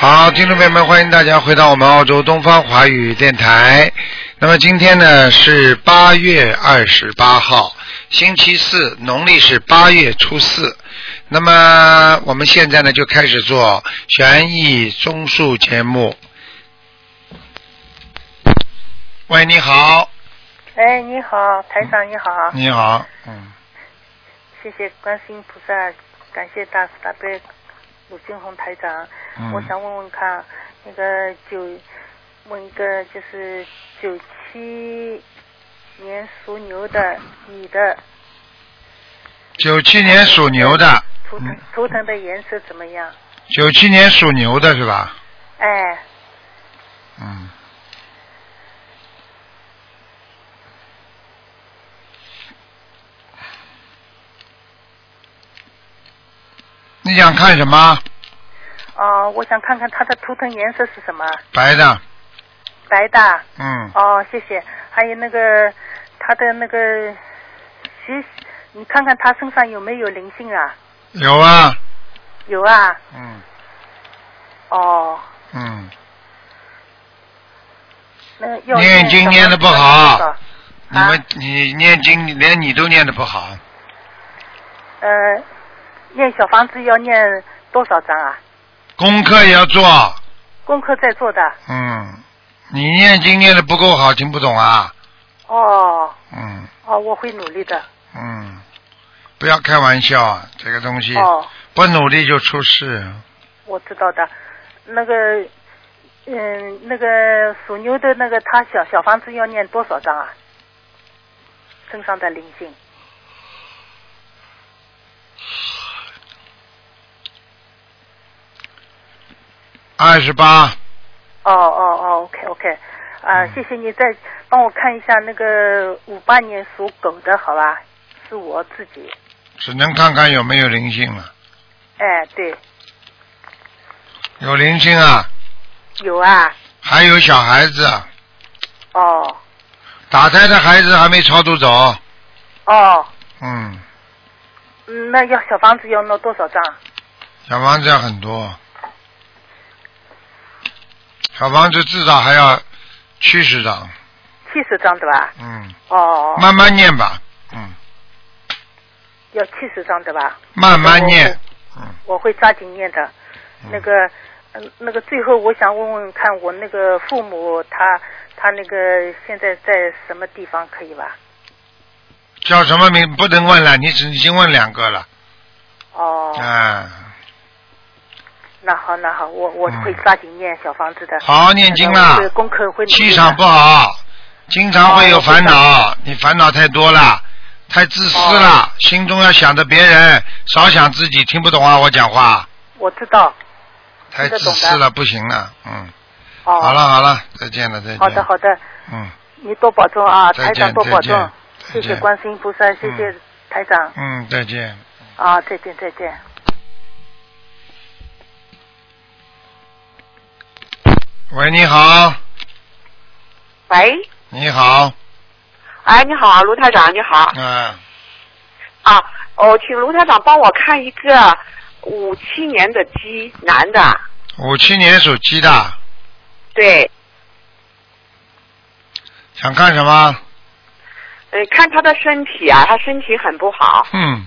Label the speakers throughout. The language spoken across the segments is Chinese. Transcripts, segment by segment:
Speaker 1: 好，听众朋友们，欢迎大家回到我们澳洲东方华语电台。那么今天呢是八月二十八号，星期四，农历是八月初四。那么我们现在呢就开始做悬疑综述节目。喂，你好，
Speaker 2: 哎，你好，台长你好，
Speaker 1: 你好，嗯，
Speaker 2: 谢谢观世音菩萨，感谢大慈大悲鲁俊宏台长。
Speaker 1: 嗯
Speaker 2: 我想问问看，那个九，问一个就是九七年属牛的女的，
Speaker 1: 九七年属牛的，
Speaker 2: 图
Speaker 1: 嗯
Speaker 2: 腾图腾的颜色怎么样？
Speaker 1: 九七年属牛的是吧？
Speaker 2: 哎，
Speaker 1: 嗯。你想看什么？
Speaker 2: 哦，我想看看它的图腾颜色是什么，
Speaker 1: 白的，
Speaker 2: 白的。
Speaker 1: 嗯，
Speaker 2: 哦，谢谢。还有那个他的那个学习，你看看他身上有没有灵性啊？
Speaker 1: 有啊，
Speaker 2: 有啊。
Speaker 1: 嗯
Speaker 2: 哦，
Speaker 1: 嗯，
Speaker 2: 那要
Speaker 1: 念经
Speaker 2: 什么
Speaker 1: 念得不好
Speaker 2: 多少
Speaker 1: 你们、你念经连你都念得不好，
Speaker 2: 呃，念小房子要念多少章啊？
Speaker 1: 功课也要做，
Speaker 2: 功课在做的。
Speaker 1: 嗯，你念经念得不够好，听不懂啊，
Speaker 2: 哦
Speaker 1: 嗯
Speaker 2: 哦，我会努力的。
Speaker 1: 嗯，不要开玩笑啊，这个东西、
Speaker 2: 哦，
Speaker 1: 不努力就出事，
Speaker 2: 我知道的。那个，嗯，那个属牛的那个，他小小房子要念多少章啊？身上的灵性。
Speaker 1: 二十八，
Speaker 2: 哦哦哦，OK OK，啊、
Speaker 1: 嗯
Speaker 2: 谢谢你再帮我看一下那个五八年属狗的，好吧？是我自己，
Speaker 1: 只能看看有没有灵性啊了。
Speaker 2: 哎，对，
Speaker 1: 有灵性啊，
Speaker 2: 有啊，
Speaker 1: 还有小孩子，啊
Speaker 2: 哦
Speaker 1: 打胎的孩子还没超度走。
Speaker 2: 哦，
Speaker 1: 嗯，
Speaker 2: 嗯那要小房子要弄多少张？
Speaker 1: 小房子要很多，小房子至少还要七十张。
Speaker 2: 七十张对吧？
Speaker 1: 嗯，
Speaker 2: 哦，
Speaker 1: 慢慢念吧。嗯，
Speaker 2: 要七十张对吧？
Speaker 1: 慢慢念。嗯
Speaker 2: 我会抓紧念的。那个，嗯，那个，最后我想问问看，我那个父母他他那个现在在什么地方可以吧？
Speaker 1: 叫什么名？不能问了，你只已经问两个了。
Speaker 2: 哦，
Speaker 1: 啊，
Speaker 2: 那好，那好，我我
Speaker 1: 嗯
Speaker 2: 会抓紧念小房子的。
Speaker 1: 好好念经啊啦
Speaker 2: 呃我会功课会努力的
Speaker 1: 气场不好，经常会
Speaker 2: 哦
Speaker 1: 有烦恼，你烦恼太多了，太自私了，
Speaker 2: 哦
Speaker 1: 心中要想着别人，少想自己，听不懂啊，我讲话。
Speaker 2: 我知道。
Speaker 1: 太
Speaker 2: 听得
Speaker 1: 自
Speaker 2: 懂的
Speaker 1: 私了，不行了，嗯，
Speaker 2: 哦，
Speaker 1: 好了。好了，再见了再见。
Speaker 2: 好的，好的，
Speaker 1: 嗯
Speaker 2: 你多保重啊，
Speaker 1: 再见
Speaker 2: 台长多保重。
Speaker 1: 再见
Speaker 2: 谢谢观世音菩萨，谢谢台长
Speaker 1: 嗯，再见。
Speaker 2: 啊，再见再见。
Speaker 1: 喂，你好，
Speaker 3: 喂，
Speaker 1: 你好，
Speaker 3: 哎，你好，卢台长，你好
Speaker 1: 啊，
Speaker 3: 啊，哦，请卢台长帮我看一个五七年的鸡，男的，
Speaker 1: 五七年属鸡的，
Speaker 3: 对，
Speaker 1: 想看什么？
Speaker 3: 嗯、看他的身体啊，他身体很不好，
Speaker 1: 嗯，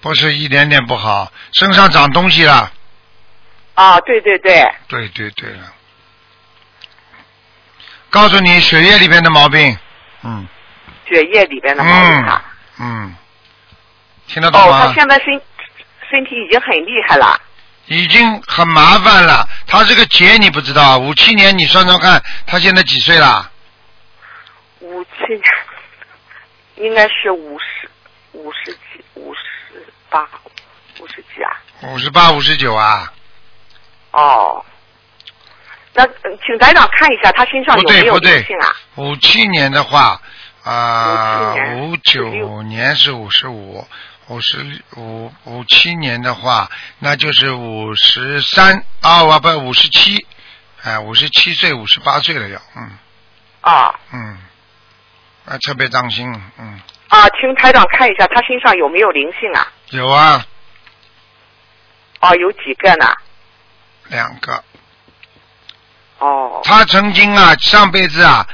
Speaker 1: 不是一点点不好，身上长东西了。
Speaker 3: 啊，对对对，
Speaker 1: 对对对了，告诉你血液里边的毛病。嗯
Speaker 3: 血液里边的毛病
Speaker 1: 嗯
Speaker 3: 啊，
Speaker 1: 嗯，听得懂
Speaker 3: 哦，
Speaker 1: 吗？
Speaker 3: 他现在身身体已经很厉害了，
Speaker 1: 已经很麻烦了。他这个劫你不知道，啊五七年你算算看，他现在几岁了？
Speaker 3: 五七年应该是五十五十几五十八五十几啊，
Speaker 1: 五十八、五十九啊？
Speaker 3: 哦。那呃请台长看一下他身上
Speaker 1: 不
Speaker 3: 有没
Speaker 1: 对
Speaker 3: 有
Speaker 1: 不
Speaker 3: 灵
Speaker 1: 对
Speaker 3: 性啊？，
Speaker 1: 五七年的话，啊、
Speaker 3: 57
Speaker 1: 五
Speaker 3: 年
Speaker 1: 九年是五十五，五十五五七年的话，那就是五十三啊，我不五十七，哎，五十七岁、五十八岁了要，嗯
Speaker 3: 啊，
Speaker 1: 嗯，啊，特别当心，嗯，
Speaker 3: 啊，请台长看一下他身上有没有灵性啊？
Speaker 1: 有啊，
Speaker 3: 哦，有几个呢？
Speaker 1: 两个。
Speaker 3: 哦，
Speaker 1: 他曾经啊，上辈子啊，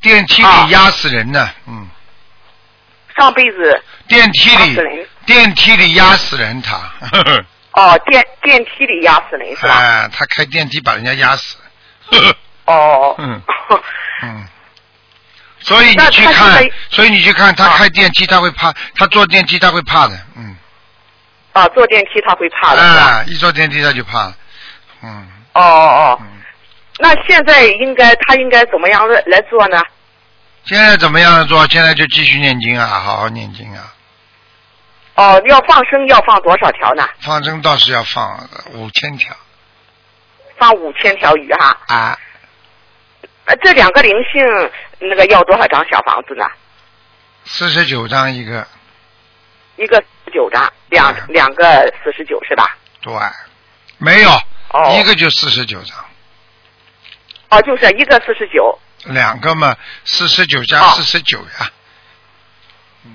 Speaker 1: 电梯里压死人的，
Speaker 3: 啊
Speaker 1: 嗯，
Speaker 3: 上辈子
Speaker 1: 电梯
Speaker 3: 压死
Speaker 1: 里，
Speaker 3: 人，
Speaker 1: 电梯里压死人 他，呵呵
Speaker 3: 哦，电电梯里压死人是吧？
Speaker 1: 哎，他开电梯把人家压 死，呵呵
Speaker 3: 哦，
Speaker 1: 嗯嗯。所以你
Speaker 3: 那
Speaker 1: 去
Speaker 3: 他现
Speaker 1: 看
Speaker 3: 在，
Speaker 1: 所以你去看，他
Speaker 3: 啊
Speaker 1: 开电梯他会怕，他坐电梯他会怕的，嗯，
Speaker 3: 啊，坐电梯他会怕的是吧？
Speaker 1: 哎，一坐电梯他就怕了，嗯
Speaker 3: 哦哦哦，
Speaker 1: 嗯。
Speaker 3: 那现在应该他应该怎么样来来做呢？
Speaker 1: 现在怎么样做？现在就继续念经啊，好好念经啊，
Speaker 3: 哦，要放生要放多少条呢？
Speaker 1: 放生倒是要放五千条
Speaker 3: 放五千条鱼哈。
Speaker 1: 啊，
Speaker 3: 呃，这两个灵性那个要多少张小房子呢？
Speaker 1: 四十九张一个，
Speaker 3: 一个九张，两、
Speaker 1: 嗯
Speaker 3: 两个四十九是吧？
Speaker 1: 对，没有、
Speaker 3: 哦，
Speaker 1: 一个就四十九张，
Speaker 3: 哦，就是一个四十九。
Speaker 1: 两个嘛，四十九加
Speaker 3: 哦
Speaker 1: 四十九呀，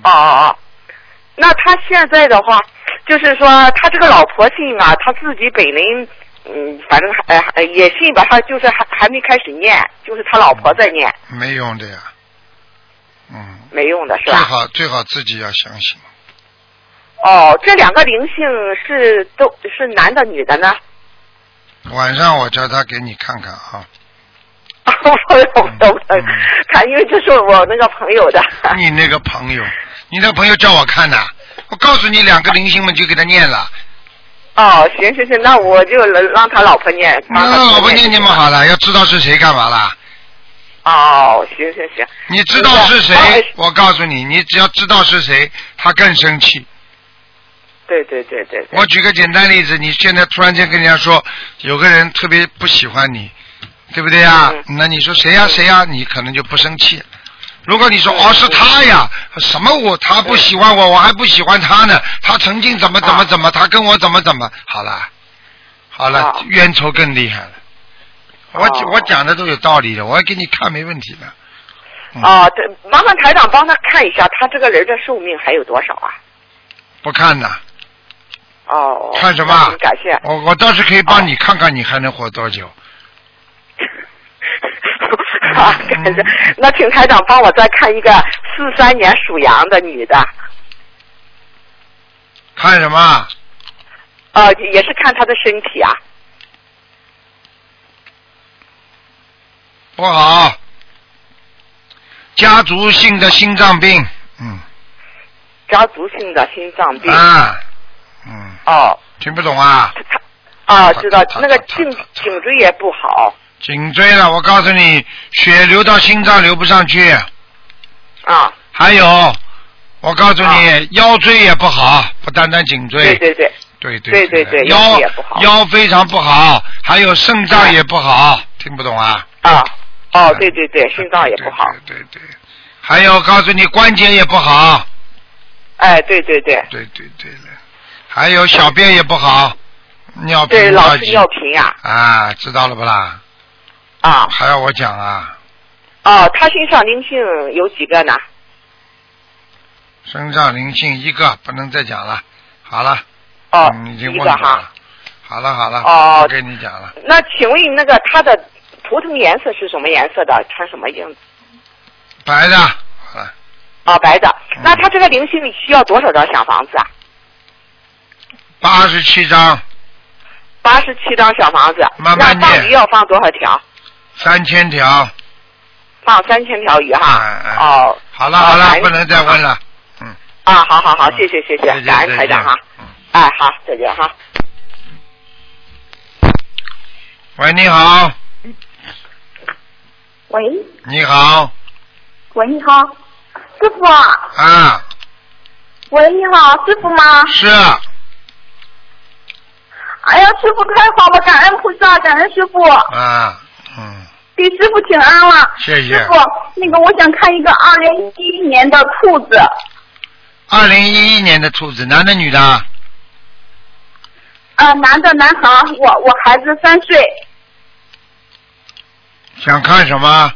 Speaker 3: 哦哦哦，那他现在的话，就是说他这个老婆信啊，他自己本人嗯，反正还呃呃也信吧，他就是还还没开始念，就是他老婆在念，
Speaker 1: 没用的呀，嗯，
Speaker 3: 没用的是
Speaker 1: 最
Speaker 3: 吧？
Speaker 1: 好最好自己要相信。
Speaker 3: 哦，这两个灵性是都是男的女的呢？
Speaker 1: 晚上我叫他给你看看啊，
Speaker 3: 我我我
Speaker 1: 嗯
Speaker 3: 看，因为这是我那个朋友的。
Speaker 1: 你那个朋友，你那朋友叫我看的，我告诉你两个灵性们就给他念了，
Speaker 3: 哦，行行行，那我就让他老婆念。帮他
Speaker 1: 那
Speaker 3: 婆
Speaker 1: 嗯我不念念嘛好了，要知道是谁干嘛啦？
Speaker 3: 哦，行行行。
Speaker 1: 你知道是
Speaker 3: 哎
Speaker 1: 谁？我告诉你，你只要知道是谁，他更生气。
Speaker 3: 对对对对对。
Speaker 1: 我举个简单例子，你现在突然间跟人家说有个人特别不喜欢你，对不对呀？
Speaker 3: 嗯
Speaker 1: 那你说谁呀、
Speaker 3: 嗯
Speaker 1: 谁呀、你可能就不生气。如果你说
Speaker 3: 嗯
Speaker 1: 哦是他呀，什么我他不喜欢我，我还不喜欢他呢，他曾经怎么怎么
Speaker 3: 啊
Speaker 1: 怎么，他跟我怎么怎么，好了，好了
Speaker 3: 啊，
Speaker 1: 冤仇更厉害了。我
Speaker 3: 哦
Speaker 1: 我讲的都有道理的，我要给你看没问题的。嗯
Speaker 3: 哦，这麻烦台长帮他看一下，他这个人的寿命还有多少啊？
Speaker 1: 不看的，
Speaker 3: 哦，
Speaker 1: 看什么哦
Speaker 3: 那很感谢。哦
Speaker 1: 我我倒是可以帮你看看你还能活多久。
Speaker 3: 啊，感谢。那请台长帮我再看一个四三年属羊的女的，
Speaker 1: 看什么？
Speaker 3: 呃，也是看她的身体啊。
Speaker 1: 不好，家族性的心脏病，嗯，
Speaker 3: 家族性的心脏病。
Speaker 1: 啊，嗯，
Speaker 3: 哦，
Speaker 1: 听不懂啊？
Speaker 3: 她啊，知道
Speaker 1: 他他
Speaker 3: 那个
Speaker 1: 他
Speaker 3: 颈
Speaker 1: 他他
Speaker 3: 颈椎也不好
Speaker 1: 颈椎了，我告诉你，血流到心脏流不上去，
Speaker 3: 啊。
Speaker 1: 还有，我告诉你，
Speaker 3: 啊
Speaker 1: 腰椎也不好，不单单颈椎，
Speaker 3: 对对对，
Speaker 1: 对
Speaker 3: 对
Speaker 1: 对
Speaker 3: 对对腰
Speaker 1: 腰
Speaker 3: 也不好
Speaker 1: 腰非常不好，还有肾脏
Speaker 3: 哎
Speaker 1: 也不好，听不懂啊？
Speaker 3: 啊，
Speaker 1: 嗯
Speaker 3: 哦，对对对，心脏也不好。
Speaker 1: 对对对对还有告诉你关节也不好，
Speaker 3: 哎，对对对，
Speaker 1: 对对对了，还有小便也不好，尿频
Speaker 3: 对，老是
Speaker 1: 急
Speaker 3: 尿频呀、
Speaker 1: 啊，知道了不啦？
Speaker 3: 啊。
Speaker 1: 还要我讲啊？
Speaker 3: 哦，他身上灵性有几个呢？
Speaker 1: 身上灵性一个，不能再讲了。好了，
Speaker 3: 哦，
Speaker 1: 嗯，已经
Speaker 3: 一
Speaker 1: 问
Speaker 3: 个
Speaker 1: 过
Speaker 3: 哈。
Speaker 1: 了。好了好了，
Speaker 3: 哦
Speaker 1: 不跟你讲了，
Speaker 3: 那请问那个他的图腾颜色是什么颜色的？穿什么样子？
Speaker 1: 白的，好了，
Speaker 3: 啊、白的
Speaker 1: 嗯。
Speaker 3: 那他这个灵性需要多少张小房子啊？
Speaker 1: 八十七张，
Speaker 3: 八十七张小房子。
Speaker 1: 慢慢
Speaker 3: 那放
Speaker 1: 念
Speaker 3: 鱼要放多少条？
Speaker 1: 三千条。
Speaker 3: 放三千条鱼哈。
Speaker 1: 哎哎
Speaker 3: 哦
Speaker 1: 好了
Speaker 3: 哦
Speaker 1: 好了
Speaker 3: 感，恩
Speaker 1: 不能再问了。嗯，
Speaker 3: 啊，好好好，
Speaker 1: 嗯
Speaker 3: 谢谢谢谢
Speaker 1: 再见，
Speaker 3: 感恩台长哈
Speaker 1: 再。见嗯
Speaker 3: 哎，好，再见哈。
Speaker 1: 喂，你好，
Speaker 4: 喂
Speaker 1: 你好，
Speaker 4: 喂，你好，师傅啊，
Speaker 1: 啊，
Speaker 4: 喂，你好，师傅吗？
Speaker 1: 是啊
Speaker 4: 哎呀，师傅太好了，感恩菩萨，感恩师傅，
Speaker 1: 啊，嗯，
Speaker 4: 给师傅请安了。
Speaker 1: 谢谢
Speaker 4: 师傅，那个我想看一个二零一一年的兔子，
Speaker 1: 二零一一年的兔子，男的女的？
Speaker 4: 呃，男的男孩，我我孩子三岁，
Speaker 1: 想看什么？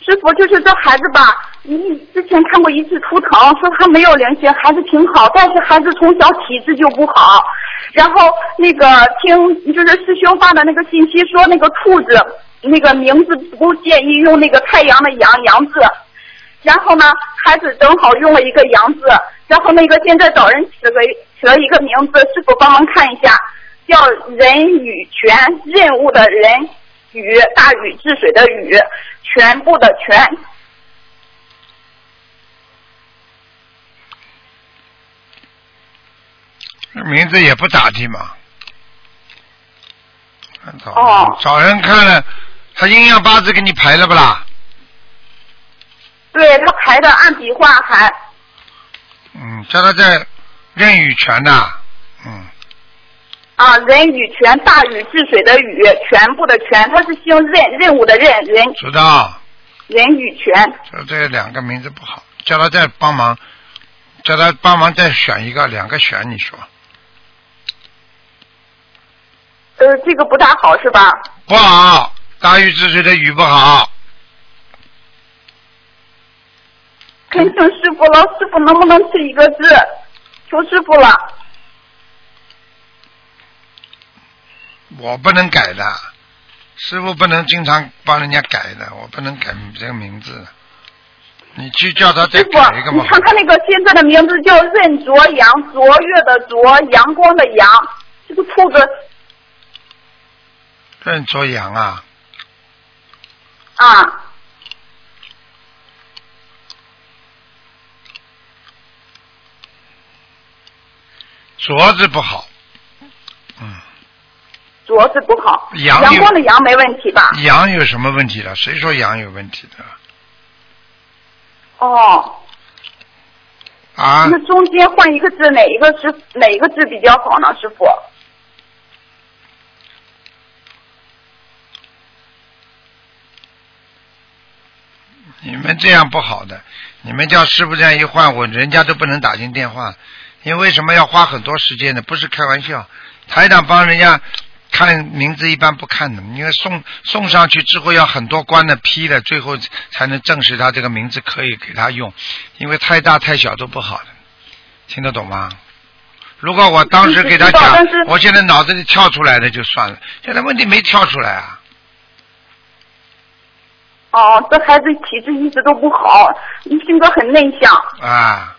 Speaker 4: 师傅就是这孩子吧，你之前看过一次图腾，说他没有灵性，孩子挺好，但是孩子从小体质就不好，然后那个听就是师兄发的那个信息说那个兔子那个名字不建议用那个太阳的阳阳字，然后呢，孩子正好用了一个阳字，然后那个现在找人起了个起了一个名字，师傅帮忙看一下，叫任宇全，任务的任，宇大禹治水的禹，全部的全，
Speaker 1: 名字也不打听嘛。找
Speaker 4: 哦
Speaker 1: 找人看了，他阴阳八字给你排了不啦？
Speaker 4: 对他排的按笔画还，
Speaker 1: 嗯，叫他在任宇全呐、嗯，
Speaker 4: 啊，任宇全，大禹治水的禹，全部的全，他是姓任，任务的任，任
Speaker 1: 知道，
Speaker 4: 任宇全。
Speaker 1: 就这两个名字不好，叫他再帮忙，叫他帮忙再选一个，两个选，你说
Speaker 4: 呃，这个不大好是吧？
Speaker 1: 不好？大禹治水的禹不好，
Speaker 4: 恳请师傅了，师傅能不能是一个字？求师傅了。
Speaker 1: 我不能改的，师傅不能经常帮人家改的，我不能改这个名字。你去叫他再
Speaker 4: 师傅
Speaker 1: 改一个，
Speaker 4: 你
Speaker 1: 嘛。
Speaker 4: 看看那个现在的名字叫任卓阳，卓越的卓，阳光的阳。这个兔子
Speaker 1: 任卓阳啊，
Speaker 4: 啊，
Speaker 1: 卓字不好，嗯，
Speaker 4: 卓字不好，
Speaker 1: 阳
Speaker 4: 阳光的阳没问题吧？
Speaker 1: 羊有什么问题了？谁说羊有问题的嗯
Speaker 4: 哦，
Speaker 1: 啊？
Speaker 4: 那中间换一个字，哪一个是哪一个字比较好呢？师傅？
Speaker 1: 你们这样不好的，你们叫师傅这样一换，我人家都不能打进电话，因为为什么要花很多时间呢？不是开玩笑，台长帮人家看名字一般不看的，因为送送上去之后要很多关的批的，最后才能证实他这个名字可以给他用，因为太大太小都不好的，听得懂吗？如果我当时给他
Speaker 4: 知道
Speaker 1: 讲
Speaker 4: 但是，
Speaker 1: 我现在脑子里跳出来的就算了，现在问题没跳出来啊。
Speaker 4: 哦，这孩子体质一直都不好，性格很内向。
Speaker 1: 啊，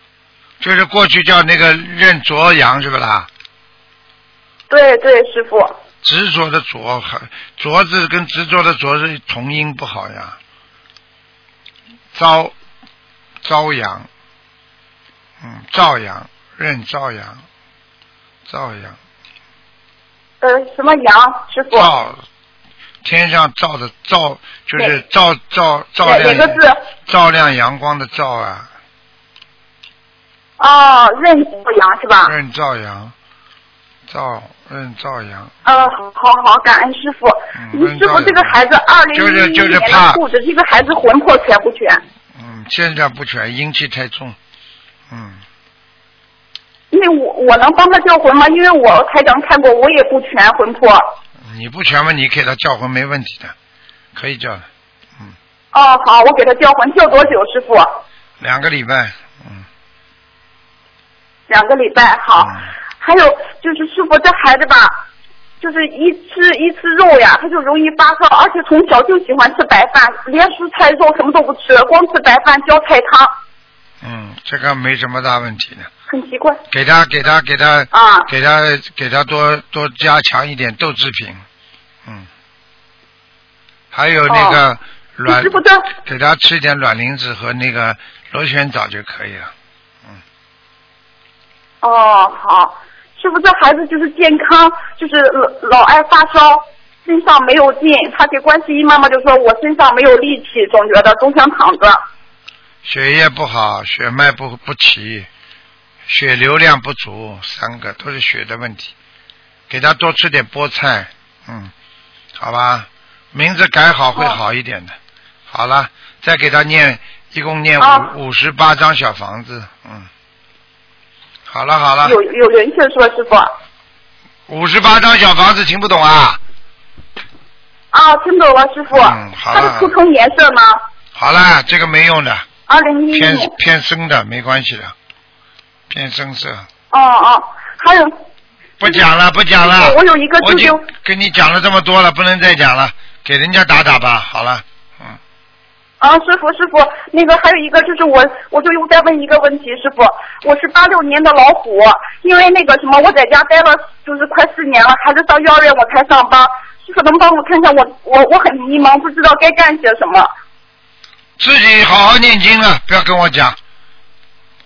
Speaker 1: 就是过去叫那个任卓阳是不啦？
Speaker 4: 对对，师傅。
Speaker 1: 执着的着，和着字跟执着的着是同音不好呀。朝朝阳，嗯，朝阳，任朝阳，朝阳，
Speaker 4: 呃，什么阳师傅？
Speaker 1: 照，天上照的照，就是照照照
Speaker 4: 哪哪个
Speaker 1: 亮
Speaker 4: 字？
Speaker 1: 照亮阳光的照啊，
Speaker 4: 哦，任朝阳是吧？
Speaker 1: 任朝阳，照任朝阳。
Speaker 4: 呃，好好，感恩师傅。
Speaker 1: 嗯
Speaker 4: 师傅，这个孩子二零
Speaker 1: 就是
Speaker 4: 一一
Speaker 1: 就是
Speaker 4: 年
Speaker 1: 怕
Speaker 4: 的兔子，这个孩子魂魄全不全？
Speaker 1: 嗯，现在不全，阴气太重。嗯，
Speaker 4: 因为我我能帮他叫魂吗？因为我台长看过，我也不全魂魄。
Speaker 1: 你不全嘛，你给他叫魂没问题的，可以叫的，
Speaker 4: 哦，好，我给他叫魂，叫多久，师傅？
Speaker 1: 两个礼拜。嗯，
Speaker 4: 两个礼拜，好。
Speaker 1: 嗯
Speaker 4: 还有就是师傅，这孩子吧，就是一吃一吃肉呀，他就容易发烧，而且从小就喜欢吃白饭，连蔬菜肉什么都不吃，光吃白饭浇菜汤，
Speaker 1: 嗯，这个没什么大问题的，
Speaker 4: 很奇怪
Speaker 1: 给他给他给他
Speaker 4: 啊。
Speaker 1: 给他给他多多加强一点豆制品。嗯，还有那个卵，
Speaker 4: 师傅这
Speaker 1: 给他吃一点卵磷脂和那个螺旋藻就可以了。
Speaker 4: 哦好，师傅这孩子就是健康，就是老老爱发烧，身上没有劲，他给观世音妈妈就说我身上没有力气，总觉得总想躺着。
Speaker 1: 血液不好，血脉不不齐，血流量不足，三个都是血的问题。给他多吃点菠菜，嗯，好吧，名字改好会好一点的。好了，再给他念，一共念
Speaker 4: 啊
Speaker 1: 五五十八张小房子，嗯，好了好了，
Speaker 4: 有有人性说师傅
Speaker 1: 五十八张小房子听不懂啊？
Speaker 4: 啊，听懂了师傅。
Speaker 1: 嗯好
Speaker 4: 他
Speaker 1: 了
Speaker 4: 的图腾颜色呢？
Speaker 1: 好了，这个没用的，
Speaker 4: 二零一一
Speaker 1: 偏
Speaker 4: 年。
Speaker 1: 偏深的没关系的，偏深色，
Speaker 4: 哦哦，还有
Speaker 1: 不讲了，不讲了。
Speaker 4: 我有一个
Speaker 1: 我
Speaker 4: 舅
Speaker 1: 已经
Speaker 4: 舅，
Speaker 1: 跟你讲了这么多了，不能再讲了，给人家打打吧。好了，
Speaker 4: 啊，师傅师傅，那个还有一个就是我，我就又再问一个问题，师傅，我是八六年的老虎，因为那个什么，我在家待了就是快四年了，还是到幼儿园我才上班，师傅能帮我看一下我我我很迷茫，不知道该干些什么。
Speaker 1: 自己好好念经了，不要跟我讲。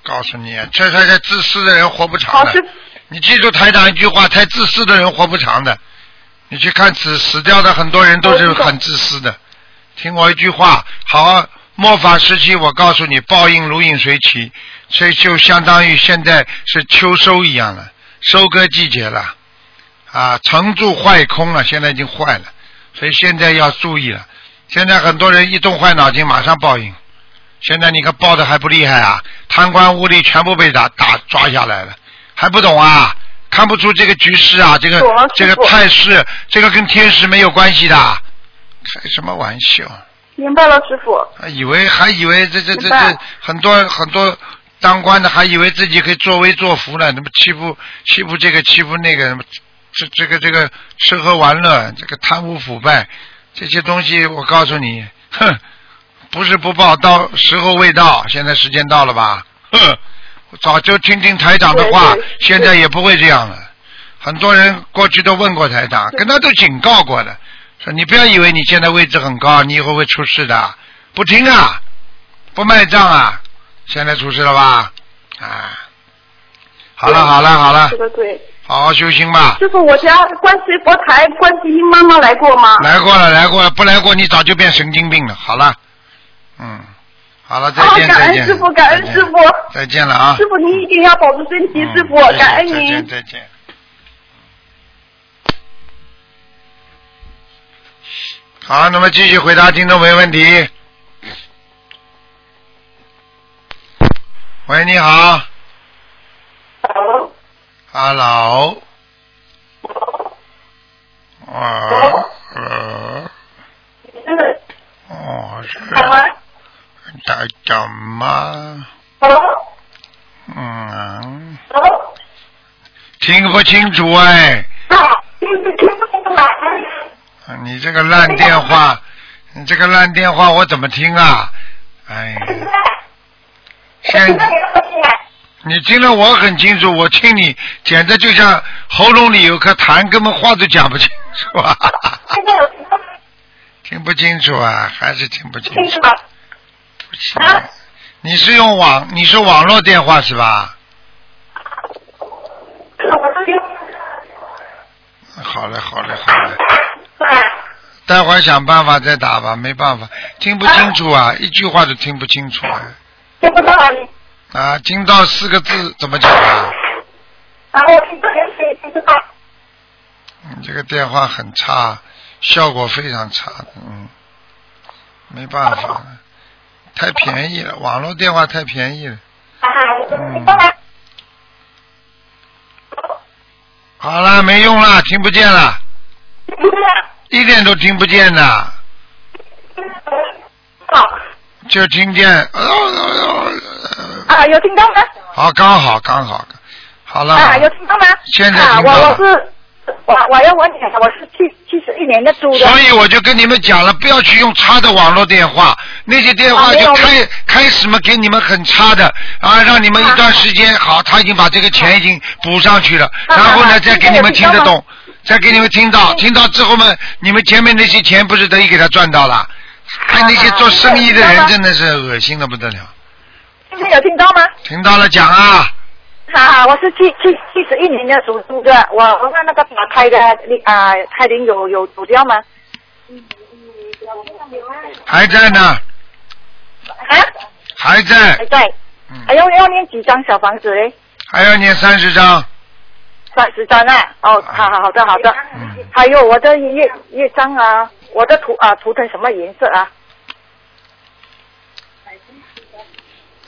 Speaker 1: 告诉你，这这这自私的人活不长
Speaker 4: 好
Speaker 1: 的。
Speaker 4: 师，
Speaker 1: 你记住台长一句话：太自私的人活不长的。你去看死死掉的很多人都是很自私的。听我一句话，好好末法时期，我告诉你，报应如影随形，所以就相当于现在是秋收一样了，收割季节了，啊，成住坏空了，现在已经坏了，所以现在要注意了。现在很多人一动坏脑筋，马上报应。现在你看报的还不厉害啊，贪官污吏全部被打打抓下来了。还不懂啊？看不出这个局势啊，这个
Speaker 4: 懂了
Speaker 1: 这个
Speaker 4: 师傅
Speaker 1: 态势，这个跟天时没有关系的，开什么玩笑？啊
Speaker 4: 明白了，师傅。
Speaker 1: 还以为还以为这这这
Speaker 4: 明白
Speaker 1: 这很多很多当官的还以为自己可以作威作福呢，那么欺负欺负这个欺负那个，什么这这个这个吃喝玩乐，这个贪污腐败这些东西，我告诉你，哼，不是不报，到时候未到，现在时间到了吧？哼，我早就听听台长的话
Speaker 4: 对对，
Speaker 1: 现在也不会这样了。很多人过去都问过台长，跟他都警告过的，说你不要以为你现在位置很高，你以后会出事的。不听啊，不卖账啊，现在出事了吧？啊，好了好了好了
Speaker 4: 说，的对，
Speaker 1: 好好修心吧。
Speaker 4: 师傅，我家观世音佛台观世音妈妈来过吗？
Speaker 1: 来过了来过了，不来过你早就变神经病了。好了，嗯，好了，再
Speaker 4: 啊
Speaker 1: 见
Speaker 4: 感
Speaker 1: 再
Speaker 4: 恩
Speaker 1: 见，
Speaker 4: 师傅感恩
Speaker 1: 再见
Speaker 4: 师傅
Speaker 1: 再见了啊，
Speaker 4: 师傅，您一定要保重身体，师傅，
Speaker 1: 嗯
Speaker 4: 感恩
Speaker 1: 再见
Speaker 4: 您。
Speaker 1: 再见。好，那么继续回答听众朋友问题。喂，你好。Hello。哦，呃，哦，是
Speaker 4: 啊
Speaker 1: 大家吗？嗯，听不清楚哎，啊你这个烂电话，你这个烂电话我怎么听啊？哎，现你听得我很清楚，我听你简直就像喉咙里有颗痰，根本话都讲不清楚啊， 听不清楚啊，还是听不清楚。不行
Speaker 5: 啊
Speaker 1: 你是用网，你是网络电话是吧？好嘞，好嘞，好嘞，待会儿想办法再打吧，没办法，听不清楚啊，一句话都听不清楚啊。啊，听到四个字怎么讲啊？你嗯这个电话很差，效果非常差的，嗯，没办法，太便宜了，网络电话太便宜了。好了，没用了，听不见了，一点都听不见的，就听见。哦哦哦
Speaker 5: 啊，有听到吗？
Speaker 1: 好，刚好，刚好，好了。
Speaker 5: 啊，有听到吗？
Speaker 1: 现在
Speaker 5: 啊，
Speaker 1: 听
Speaker 5: 我
Speaker 1: 到了
Speaker 5: 我是我我要问你，我是七七十一年的猪的。
Speaker 1: 所以我就跟你们讲了，不要去用差的网络电话，那些电
Speaker 5: 啊
Speaker 1: 话
Speaker 5: 没
Speaker 1: 就
Speaker 5: 有
Speaker 1: 开、开始嘛，给你们很差的啊，让你们一
Speaker 5: 啊
Speaker 1: 段时间好，他已经把这个钱已经补上去了，
Speaker 5: 啊
Speaker 1: 然后
Speaker 5: 啊
Speaker 1: 呢
Speaker 5: 啊
Speaker 1: 再给
Speaker 5: 现在
Speaker 1: 你们
Speaker 5: 有
Speaker 1: 听得
Speaker 5: 听到吗
Speaker 1: 懂，再给你们听到，
Speaker 5: 嗯
Speaker 1: 听到之后嘛，你们前面那些钱不是等于给他赚到了？哎，那些
Speaker 5: 啊
Speaker 1: 做生意的
Speaker 5: 现在有听到
Speaker 1: 人
Speaker 5: 吗
Speaker 1: 真的是恶心的不得了。
Speaker 5: 今天有听到吗？
Speaker 1: 听到了讲啊，
Speaker 5: 啊，我是七七七十一年的属猪的，我我看那个打胎的啊、胎龄有有走掉吗？
Speaker 1: 还在呢，
Speaker 5: 啊，
Speaker 1: 还在
Speaker 5: 还，在。
Speaker 1: 嗯
Speaker 5: 哎，要要念几张小房子嘞？
Speaker 1: 还要念三十章。
Speaker 5: 三十张啊？哦，好好好的好的。
Speaker 1: 嗯
Speaker 5: 还有我的业业障啊，我的图啊图腾什么颜色啊？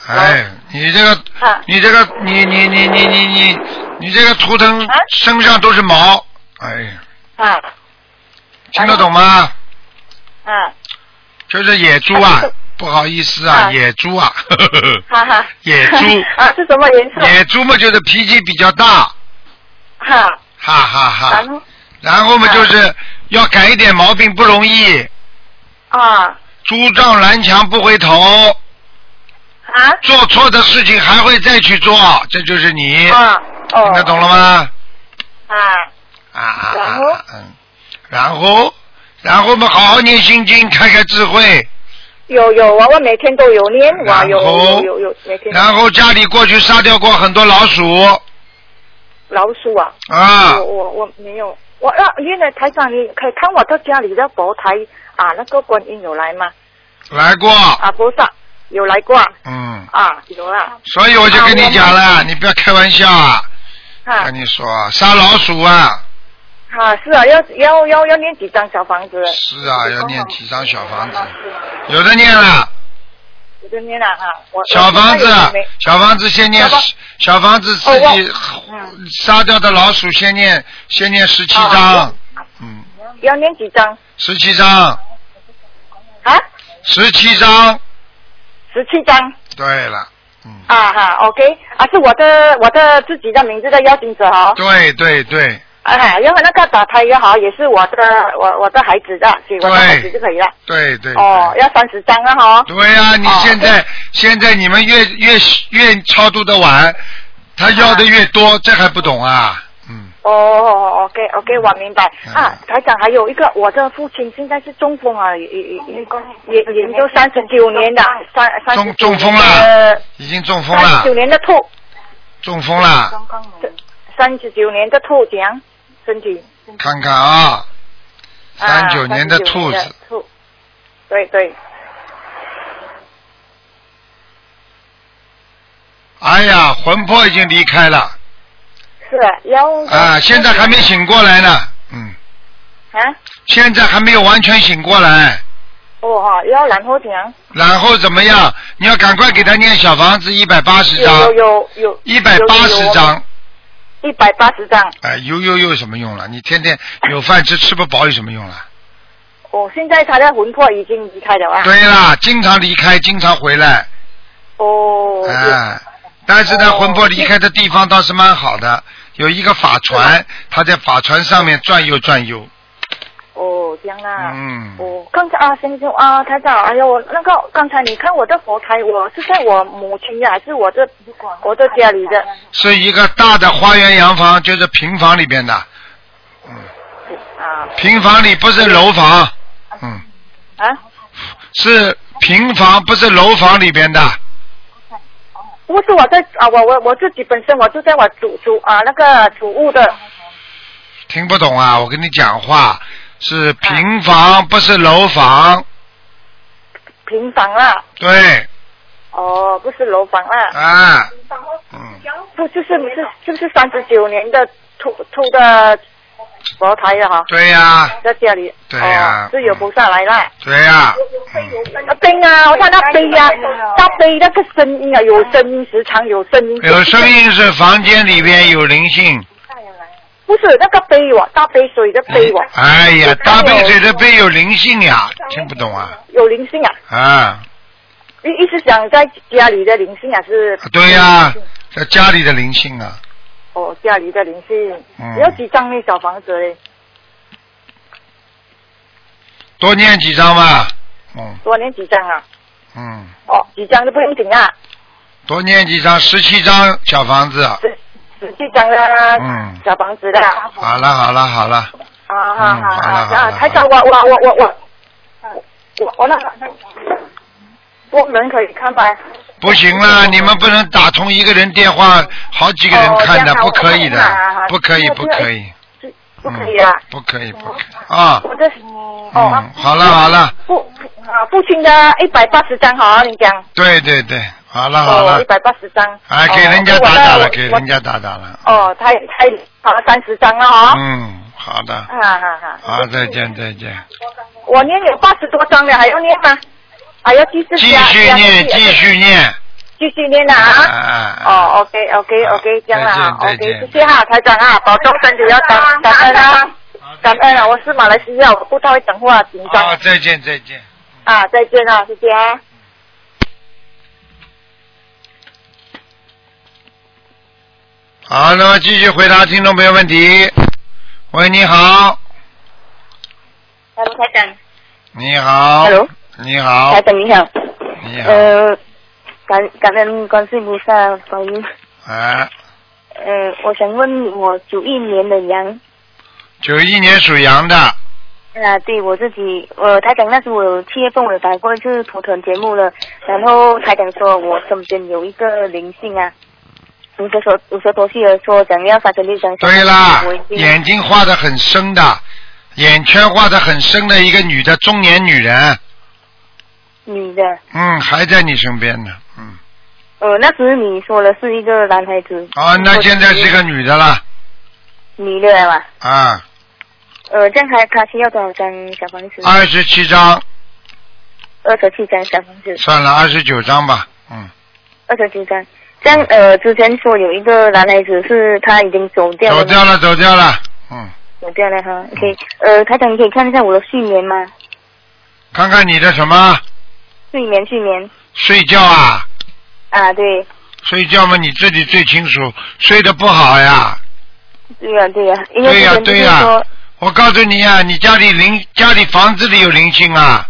Speaker 1: 哎，你这个
Speaker 5: 啊，
Speaker 1: 你这个，你你你你你你，你这个图腾
Speaker 5: 啊
Speaker 1: 身上都是毛，哎，
Speaker 5: 啊
Speaker 1: 听得懂吗？
Speaker 5: 啊，
Speaker 1: 就是野猪啊
Speaker 5: 啊是，
Speaker 1: 不好意思啊，
Speaker 5: 啊
Speaker 1: 野猪啊，
Speaker 5: 哈 哈。
Speaker 1: 野猪
Speaker 5: 啊，是什么颜色？
Speaker 1: 野猪嘛，就是脾气比较大，
Speaker 5: 哈
Speaker 1: 哈哈哈
Speaker 5: 然。后
Speaker 1: 然后嘛，
Speaker 5: 啊
Speaker 1: 就是要改一点毛病不容易，
Speaker 5: 啊
Speaker 1: 猪撞南墙不回头，
Speaker 5: 啊
Speaker 1: 做错的事情还会再去做，这就是你，
Speaker 5: 啊哦
Speaker 1: 听得懂了吗？
Speaker 5: 啊
Speaker 1: 啊啊
Speaker 5: 然
Speaker 1: 啊
Speaker 5: 后
Speaker 1: 啊！嗯，然后，然后嘛，好好念心经，开开智慧，
Speaker 5: 有有我我每天都有念我
Speaker 1: 然
Speaker 5: 有
Speaker 1: 后
Speaker 5: 有有有每天
Speaker 1: 然后家里过去杀掉过很多老鼠
Speaker 5: 老鼠啊
Speaker 1: 啊
Speaker 5: 我，我我没有，我啊，因为台长你可以看我到家里的佛台啊，那个观音有来吗？
Speaker 1: 来过，
Speaker 5: 啊，菩萨有来过啊
Speaker 1: 嗯，
Speaker 5: 啊，有啦
Speaker 1: 所以我就跟你讲了，你不要开玩笑啊！
Speaker 5: 啊
Speaker 1: 跟你说啊，杀老鼠啊，
Speaker 5: 啊，是啊，要要要要念几张小房子，
Speaker 1: 是啊，要念几张小房子，有的念了。
Speaker 5: 哦我就念了啊，我
Speaker 1: 小房子啊
Speaker 5: 我看有没，
Speaker 1: 小房子先念
Speaker 5: 小房哦嗯
Speaker 1: 十，小房子自己杀掉的老鼠先念，先念十七
Speaker 5: 啊
Speaker 1: 章，嗯，
Speaker 5: 要念几张
Speaker 1: 十七章，
Speaker 5: 啊？
Speaker 1: 十七章。
Speaker 5: 十七张
Speaker 1: 对了，嗯，
Speaker 5: 啊哈、o k 啊，是我的我的自己的名字的邀请者哦，
Speaker 1: 对对对
Speaker 5: 啊，因为那个打胎也好，也是我的我我的孩子的，所以我的孩子就可以了。
Speaker 1: 对对。
Speaker 5: 哦，要三十张了哈、
Speaker 1: 对。对呀，你
Speaker 5: 哦
Speaker 1: 现在现在你们越越越超度的晚，他要的越多，这还不懂啊？嗯，
Speaker 5: 哦，OK OK，我明白
Speaker 1: 嗯
Speaker 5: 啊。台长，还有一个，我的父亲现在是中风啊，也也也也研究三十九年的三三
Speaker 1: 中中风了
Speaker 5: 了，
Speaker 1: 已经中风
Speaker 5: 三十
Speaker 1: 了
Speaker 5: 九，年的兔，
Speaker 1: 中风了，
Speaker 5: 三十九年的兔怎样身体？
Speaker 1: 看看啊，
Speaker 5: 啊
Speaker 1: 39年的兔子
Speaker 5: 39年的兔，对对，
Speaker 1: 哎呀，魂魄已经离开了
Speaker 5: 是要
Speaker 1: 啊，现在还没醒过来呢，嗯，
Speaker 5: 啊，
Speaker 1: 现在还没有完全醒过来，
Speaker 5: 哦哈，要然后怎样？
Speaker 1: 然后怎么样？你要赶快给他念小房子一百八十章，
Speaker 5: 有有有有
Speaker 1: 一百八十张，，
Speaker 5: 一百八十张。
Speaker 1: 哎，有有有什么用了？你天天有饭吃吃不饱有什么用了？
Speaker 5: 哦，现在他的魂魄已经离开了 啊。
Speaker 1: 对啦，经常离开，经常回来，
Speaker 5: 哦。
Speaker 1: 哎，但是呢，
Speaker 5: 哦
Speaker 1: 魂魄离开的地方倒是蛮好的，有一个法船，他在法船上面转悠转悠，
Speaker 5: 哦，这样啦。
Speaker 1: 嗯
Speaker 5: 哦，刚才啊，先生啊，台长，哎呦，那个刚才你看我的佛台，我是在我母亲的，还是我这我这家里的？
Speaker 1: 是一个大的花园洋房，就是平房里边的，嗯
Speaker 5: 啊
Speaker 1: 平房里不是楼房，嗯，
Speaker 5: 啊，
Speaker 1: 是平房不是楼房里边的，
Speaker 5: 不是我在啊，我我我自己本身我就在我主主啊那个主屋的
Speaker 1: 听不懂啊？我跟你讲话，是平房不是楼房，
Speaker 5: 平房啦，
Speaker 1: 对，
Speaker 5: 哦，不是楼房啦，
Speaker 1: 啊，嗯。
Speaker 5: 不就是不是就是三十九年的兔兔的佛台的哈，
Speaker 1: 对呀、
Speaker 5: 在家里，
Speaker 1: 对呀
Speaker 5: 哦，是有菩萨来啦。
Speaker 1: 对呀、嗯
Speaker 5: 啊，对啊，我看他背呀、他背那个声音啊，有声音，时常有声音。
Speaker 1: 有声。音是房间里边有灵性。
Speaker 5: 不是那个背我，大杯水的杯我，
Speaker 1: 哎呀，大杯水的杯有灵性呀，听不懂啊？
Speaker 5: 有灵性啊，
Speaker 1: 啊，
Speaker 5: 一一直想在家里的灵性啊是。
Speaker 1: 对呀、在家里的灵性啊，
Speaker 5: 哦，家里的灵性，
Speaker 1: 嗯
Speaker 5: 要几张那小房子嘞？
Speaker 1: 多念几张吧。嗯
Speaker 5: 多念几张啊？
Speaker 1: 嗯，
Speaker 5: 哦，几张都不用紧啊，
Speaker 1: 多念几张，十七张小房子。
Speaker 5: 十十几张的啊
Speaker 1: 嗯
Speaker 5: 小房子的啊。
Speaker 1: 好了好了好了，
Speaker 5: 啊好
Speaker 1: 嗯
Speaker 5: 好
Speaker 1: 好了
Speaker 5: 好
Speaker 1: 好了
Speaker 5: 啊！台长，我我我我我我我那个我人可以看吧？
Speaker 1: 不行了，你们不能打通一个人电话，好几个人看的，
Speaker 5: 哦这样啊
Speaker 1: 不可以
Speaker 5: 我看看
Speaker 1: 的
Speaker 5: 啊，
Speaker 1: 不可以
Speaker 5: 这个
Speaker 1: 不可以，
Speaker 5: 这不可以啊！
Speaker 1: 嗯不可以不可以啊。
Speaker 5: 我的
Speaker 1: 嗯
Speaker 5: 哦，，
Speaker 1: 好了好了。
Speaker 5: 父啊父亲的一百八十张哈，你讲
Speaker 1: 对对对，好了好
Speaker 5: 哦，
Speaker 1: 了
Speaker 5: 一，百八十张。
Speaker 1: 啊，给
Speaker 5: 哦
Speaker 1: 人家
Speaker 5: 我
Speaker 1: 打
Speaker 5: 的
Speaker 1: 打
Speaker 5: 我
Speaker 1: 了，给人家
Speaker 5: 我
Speaker 1: 打打了。
Speaker 5: 哦，太太好了，三十张了哈。
Speaker 1: 嗯，好的，
Speaker 5: 啊哈哈！
Speaker 1: 好，再见再见，
Speaker 5: 我念有八十多张了，还要念吗？还要继续
Speaker 1: 继
Speaker 5: 加
Speaker 1: 续
Speaker 5: 加
Speaker 1: 念，继续念。
Speaker 5: 继续啊念啊！
Speaker 1: 啊
Speaker 5: 啊
Speaker 1: 啊啊！
Speaker 5: 哦，OK OK OK，这样了哈
Speaker 1: 再
Speaker 5: ，OK，
Speaker 1: 见再见
Speaker 5: 谢谢哈，台长啊，保重身体，要感感恩啊，感恩啊，我是马来西亚，我不太会讲话，紧
Speaker 1: 好，
Speaker 5: 张
Speaker 1: 再见再见。
Speaker 5: 啊，再见啊，谢谢啊。
Speaker 1: 好，那么继续回答听众朋友问题。喂，你好，
Speaker 6: Hello，台长。
Speaker 1: 你好
Speaker 6: Hello
Speaker 1: 你好
Speaker 6: 台，长你好。
Speaker 1: 你好，
Speaker 6: 呃，感感恩观世菩萨保佑。
Speaker 1: 哎，
Speaker 6: 呃，我想问我九一年的羊
Speaker 1: 九一年属羊的，
Speaker 6: 啊，对我自己，呃，台长那时候我七月份我有打过一次图腾节目了，然后台长说我身边有一个灵性啊，五十多五十多岁了，说想要发生六张。
Speaker 1: 对啦
Speaker 6: 我已，经
Speaker 1: 眼睛画的很深的，眼圈画的很深的一个女的中年女人，
Speaker 6: 女的，
Speaker 1: 嗯，还在你身边呢，嗯，
Speaker 6: 呃，那时你说了是一个男孩子。
Speaker 1: 啊，那现在是个女的了，
Speaker 6: 女的了嘛？
Speaker 1: 啊，
Speaker 6: 呃，这样他他需要多少张小房子？
Speaker 1: 二十七张，
Speaker 6: 二十七张小房子。
Speaker 1: 算了，二十九张吧，嗯，
Speaker 6: 二十九张。这样，呃，之前说有一个男孩子是他已经走掉了
Speaker 1: 走
Speaker 6: 吗，
Speaker 1: 掉了，走掉了，嗯，
Speaker 6: 走掉了哈。OK，呃，台长，你可以看一下我的睡眠吗？
Speaker 1: 看看你的什么
Speaker 6: 睡眠，睡眠
Speaker 1: 睡觉啊，
Speaker 6: 啊，对，
Speaker 1: 睡觉嘛，你自己最清楚，睡得不好呀。
Speaker 6: 对呀、对呀、因为
Speaker 1: 对呀、
Speaker 6: 之前就
Speaker 1: 对
Speaker 6: 是
Speaker 1: 呀、
Speaker 6: 说，
Speaker 1: 我告诉你呀、你家里灵，家里房子里有灵性啊，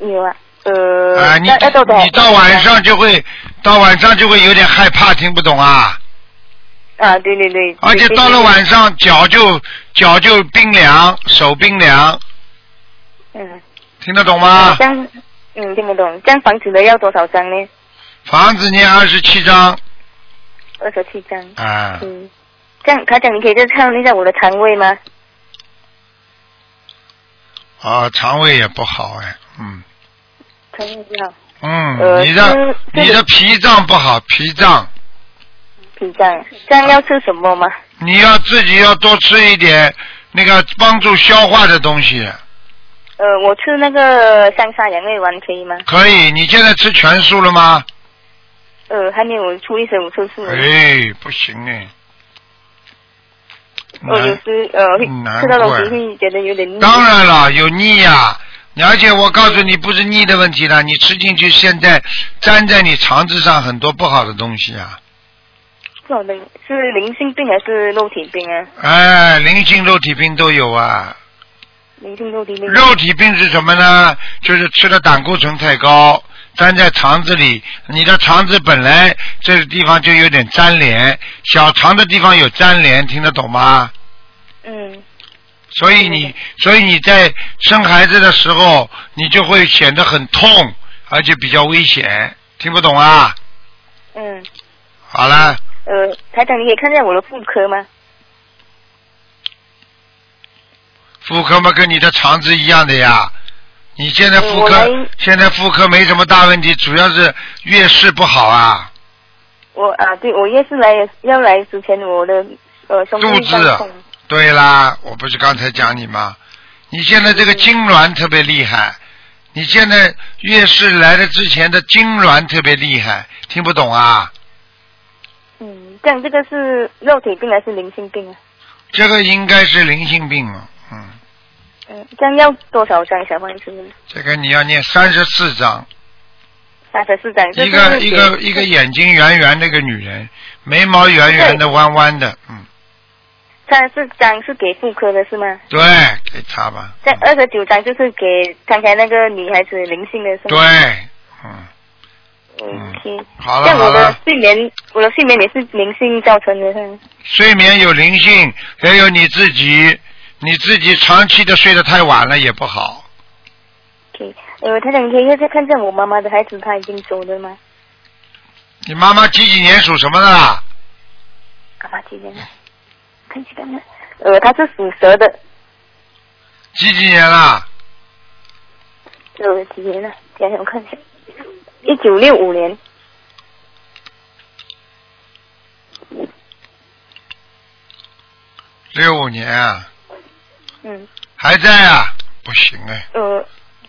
Speaker 6: 有啊，呃，
Speaker 1: 啊，你
Speaker 6: 要要多少
Speaker 1: 你到晚上就会，到晚上就会有点害怕，听不懂啊，
Speaker 6: 啊，对对对，
Speaker 1: 而且
Speaker 6: 对
Speaker 1: 到了晚，上脚就脚就冰凉，手冰凉，
Speaker 6: 对对嗯，
Speaker 1: 听得懂吗
Speaker 6: 这？样，嗯，听不懂，这样房子的要多少张呢？
Speaker 1: 房子念二十七章
Speaker 6: 二十七张，
Speaker 1: 啊，
Speaker 6: 嗯，这样，台长，你可以再看一下我的肠胃吗？
Speaker 1: 啊，肠胃也不好哎，嗯
Speaker 6: 肠胃不好，
Speaker 1: 嗯，
Speaker 6: 呃
Speaker 1: 你的
Speaker 6: 是这个
Speaker 1: 你的脾脏不好，脾脏。
Speaker 6: 脾脏，这样要吃什么吗？
Speaker 1: 你要自己要多吃一点那个帮助消化的东西，
Speaker 6: 呃，我吃那个香砂羊胃丸可以吗？
Speaker 1: 可以。你现在吃全素了吗？
Speaker 6: 呃，还没有初一十五吃素，呃，
Speaker 1: 哎，不行哎，
Speaker 6: 有
Speaker 1: 难。
Speaker 6: 时呃会
Speaker 1: 难
Speaker 6: 吃到东
Speaker 1: 怪
Speaker 6: 西会觉得有点腻。
Speaker 1: 当然了，有腻呀、而且我告诉你，不是腻的问题了，你吃进去现在粘在你肠子上很多不好的东西啊，
Speaker 6: 这种的是灵性病还是肉体病啊？
Speaker 1: 哎，灵性肉体病都有啊。
Speaker 6: 灵性肉体病。啊
Speaker 1: 肉体病是什么呢？就是吃的胆固醇太高，粘在肠子里，你的肠子本来这个地方就有点粘连，小肠的地方有粘连，听得懂吗？
Speaker 6: 嗯
Speaker 1: 所以你，所以你在生孩子的时候，你就会显得很痛，而且比较危险，听不懂啊？
Speaker 6: 嗯，
Speaker 1: 好了，
Speaker 6: 呃，台长，你可以看一下我的妇科吗？
Speaker 1: 妇科嘛跟你的肠子一样的呀。你现在妇
Speaker 6: 我来
Speaker 1: 科，现在妇科没什么大问题，主要是月事不好啊，
Speaker 6: 我啊，对，我也是来要来之前，我的呃胸部
Speaker 1: 肚子
Speaker 6: 胀痛，
Speaker 1: 对啦，我不是刚才讲你吗？你现在这个痉挛特别厉害，你现在月事来的之前的痉挛特别厉害，听不懂啊？
Speaker 6: 嗯，这样这个是肉体病还是灵性病啊？
Speaker 1: 这个应该是灵性病了，嗯，
Speaker 6: 嗯，这样要多少张小黄纸？
Speaker 1: 这个你要念三十四章，
Speaker 6: 三十四张。这
Speaker 1: 一个
Speaker 6: 是
Speaker 1: 一个
Speaker 6: 给
Speaker 1: 一个眼睛圆圆那个女人，眉毛圆圆的弯弯的，嗯，
Speaker 6: 三十张是给妇科的是吗？
Speaker 1: 对，给她吧，
Speaker 6: 这二十九张就是给刚才那个女孩子灵性的是
Speaker 1: 对
Speaker 6: 吗？，
Speaker 1: 嗯，
Speaker 6: 对
Speaker 1: 嗯
Speaker 6: OK。
Speaker 1: 好了
Speaker 6: 像
Speaker 1: 好
Speaker 6: 我的
Speaker 1: 了，
Speaker 6: 睡眠，我的睡眠也是灵性造成的，是吗
Speaker 1: 睡眠有灵性，也有你自己，你自己长期的睡得太晚了也不好。
Speaker 6: OK，呃，台长，你可以再看一下我妈妈的孩子，他已经走了吗？
Speaker 1: 你妈妈几几年属什么的啦？
Speaker 6: 干嘛几年了？看一下看一下。呃，他是属蛇的，
Speaker 1: 几几年啦？
Speaker 6: 呃，几年了？等一下我看一下，一九六五年。
Speaker 1: 六五年啊，
Speaker 6: 嗯，
Speaker 1: 还在啊？不行哎，
Speaker 6: 呃，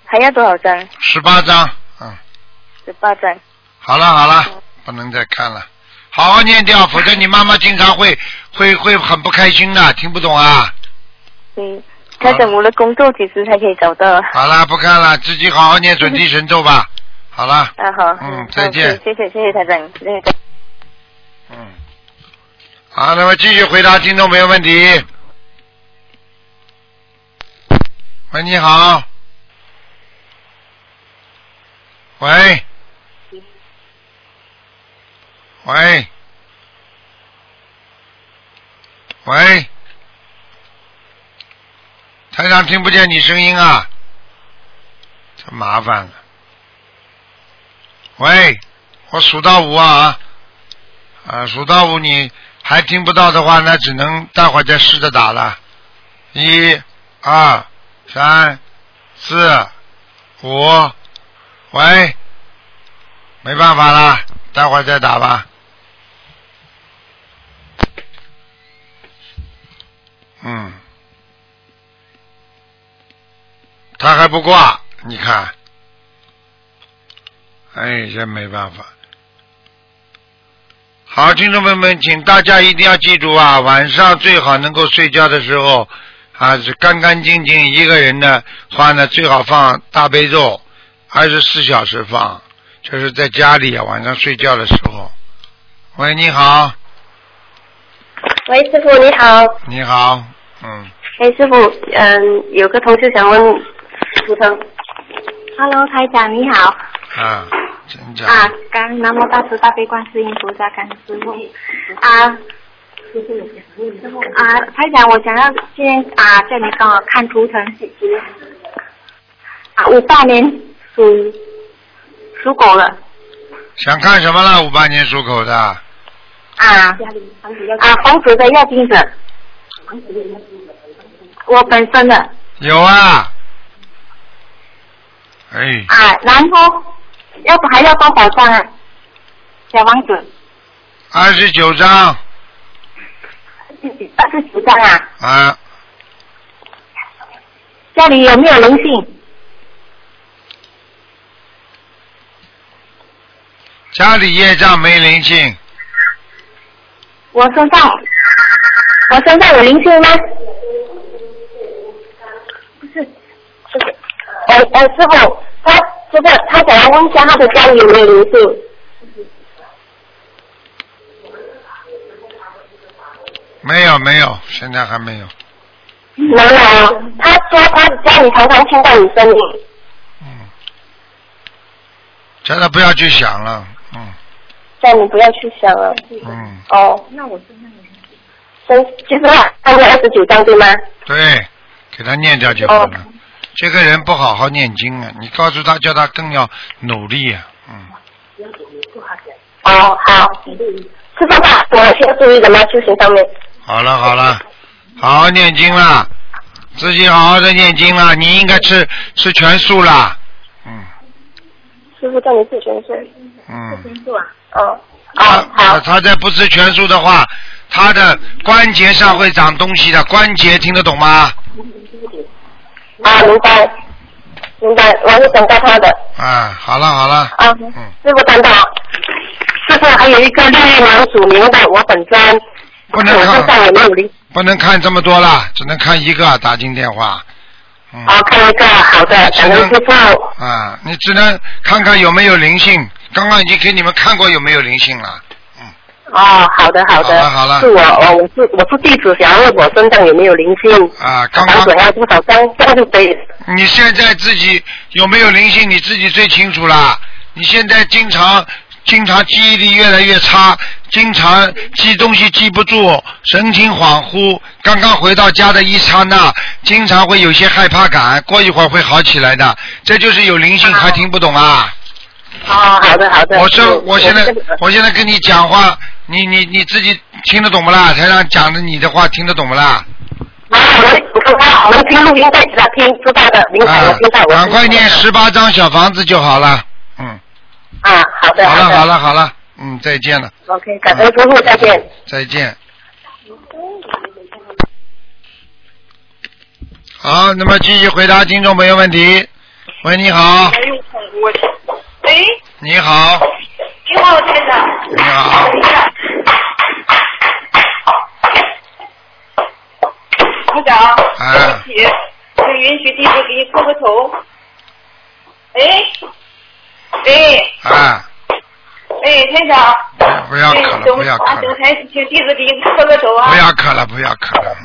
Speaker 6: 还要多少张？
Speaker 1: 十八张，嗯，
Speaker 6: 十八张。
Speaker 1: 好了好了，不能再看了，好好念掉，否则你妈妈经常会会会很不开心的，听不懂啊？
Speaker 6: 嗯，台长，我的工作几时才可以找到啊？
Speaker 1: 好了，不看了，自己好好念准提神咒吧。好了，
Speaker 6: 啊好，
Speaker 1: 嗯
Speaker 6: 好
Speaker 1: 再见
Speaker 6: 谢谢谢谢台长，谢谢台长。
Speaker 1: 嗯，好，那么继续回答听众朋友问题。喂，你好。喂。喂。喂。台长听不见你声音啊，这麻烦了。喂，我数到五啊，啊，数到五你还听不到的话，那只能待会儿再试着打了。一、二、三、四、五，喂，没办法啦，待会儿再打吧。嗯，他还不挂，你看，哎，这没办法。好，听众朋友们，请大家一定要记住啊，晚上最好能够睡觉的时候啊，是干干净净。一个人的话呢，最好放大悲咒，二十四小时放，就是在家里啊，晚上睡觉的时候。喂，你好，
Speaker 4: 喂，师傅你好。
Speaker 1: 你好，嗯，
Speaker 4: 哎，师傅，嗯，有个同事想问图腾。Hello，台长你好。
Speaker 1: 啊，真假？
Speaker 4: 啊，感南无大慈大悲观世音菩萨，感恩师傅。啊。啊，台长，我想要先啊，叫你帮我看图腾。啊，五八年属属狗了
Speaker 1: 想看什么了？五八年属狗的，
Speaker 4: 啊啊，房子的要精者。我本身的
Speaker 1: 有啊。哎，
Speaker 4: 啊，然后要不还要多少张啊？小王子，
Speaker 1: 二十九张
Speaker 4: 二十九张啊？
Speaker 1: 啊，
Speaker 4: 家里有没有灵性？
Speaker 1: 家里业障没灵性，
Speaker 4: 我身上，我身上有灵性吗？不是，不是，呃呃，师傅，他这个他想要问一下他的家里有没有灵性？
Speaker 1: 没有没有，现在还没有。
Speaker 4: 没有，他说他家里常常听到你声音。
Speaker 1: 嗯，叫他不要去想了，嗯
Speaker 4: 叫你不要去想了。
Speaker 1: 嗯，
Speaker 4: 哦。那我身上有。其实他念二十九章对吗？
Speaker 1: 对，给他念掉就好了。这个人不好好念经啊，你告诉他，叫他更要努力啊，嗯，
Speaker 4: 哦，好。师傅吧，我需要注意什么修行上面？
Speaker 1: 好了好了，好好念经啦，自己好好的念经啦，你应该吃吃全素啦，嗯
Speaker 4: 师傅叫你自全身。
Speaker 1: 嗯。
Speaker 4: 是吧？哦。
Speaker 1: 他他他在不吃全素的话，他的关节上会长东西的，关节听得懂吗？
Speaker 4: 啊，明白，明白，我会等待他的。
Speaker 1: 啊，好了好了，嗯
Speaker 4: 啊，师傅等等，师傅还有一个六一年属牛的，我本
Speaker 1: 嗯
Speaker 4: 身
Speaker 1: 不能
Speaker 4: 我身上有没有灵？
Speaker 1: 不能看这么多了，只能看一个，打进电话嗯
Speaker 4: 啊，看一个好的，感恩师傅。
Speaker 1: 啊，你只能看看有没有灵性。刚刚已经给你们看过有没有灵性了，
Speaker 4: 哦，好的好的，
Speaker 1: 好了好了
Speaker 4: 是我我我是我是弟子，想要问我身上有没有灵性？
Speaker 1: 啊，刚
Speaker 4: 房子要多少张，这样就可以。
Speaker 1: 你现在自己有没有灵性，你自己最清楚啦。你现在经常经常记忆力越来越差，经常记东西记不住，神情恍惚。刚刚回到家的一刹那，经常会有些害怕感，过一会儿会好起来的。这就是有灵性，还听不懂啊？
Speaker 4: 哦，好的好的。
Speaker 1: 我是我现在
Speaker 4: 这里
Speaker 1: 我现在跟你讲话，你你你自己听得懂不啦？台上讲的你的话听得懂不啦？
Speaker 4: 我知道，我们听录音带给他听，知道的，明白我
Speaker 1: 啊
Speaker 4: 听到，我。
Speaker 1: 赶快念十八张小房子就好了。嗯
Speaker 4: 啊，好的
Speaker 1: 好了
Speaker 4: 好的
Speaker 1: 好了好了，嗯，再见了。嗯
Speaker 4: ，OK，感恩师傅，再见。
Speaker 1: 再见。好，那么继续回答听众朋友问题。喂，你好，
Speaker 7: 哎呦，我喂，
Speaker 1: 你好，
Speaker 7: 你好，台长。
Speaker 1: 你好，
Speaker 7: 部长，
Speaker 1: 啊，
Speaker 7: 对不起，请允许弟子给你磕个头。哎，哎，
Speaker 1: 啊，
Speaker 7: 哎，台长，
Speaker 1: 不要
Speaker 7: 哎
Speaker 1: 渴了，
Speaker 7: 等
Speaker 1: 不要
Speaker 7: 啊，
Speaker 1: 渴
Speaker 7: 等
Speaker 1: 了，
Speaker 7: 台，请弟子给你磕个头啊。
Speaker 1: 嗯不要渴了，不要渴了。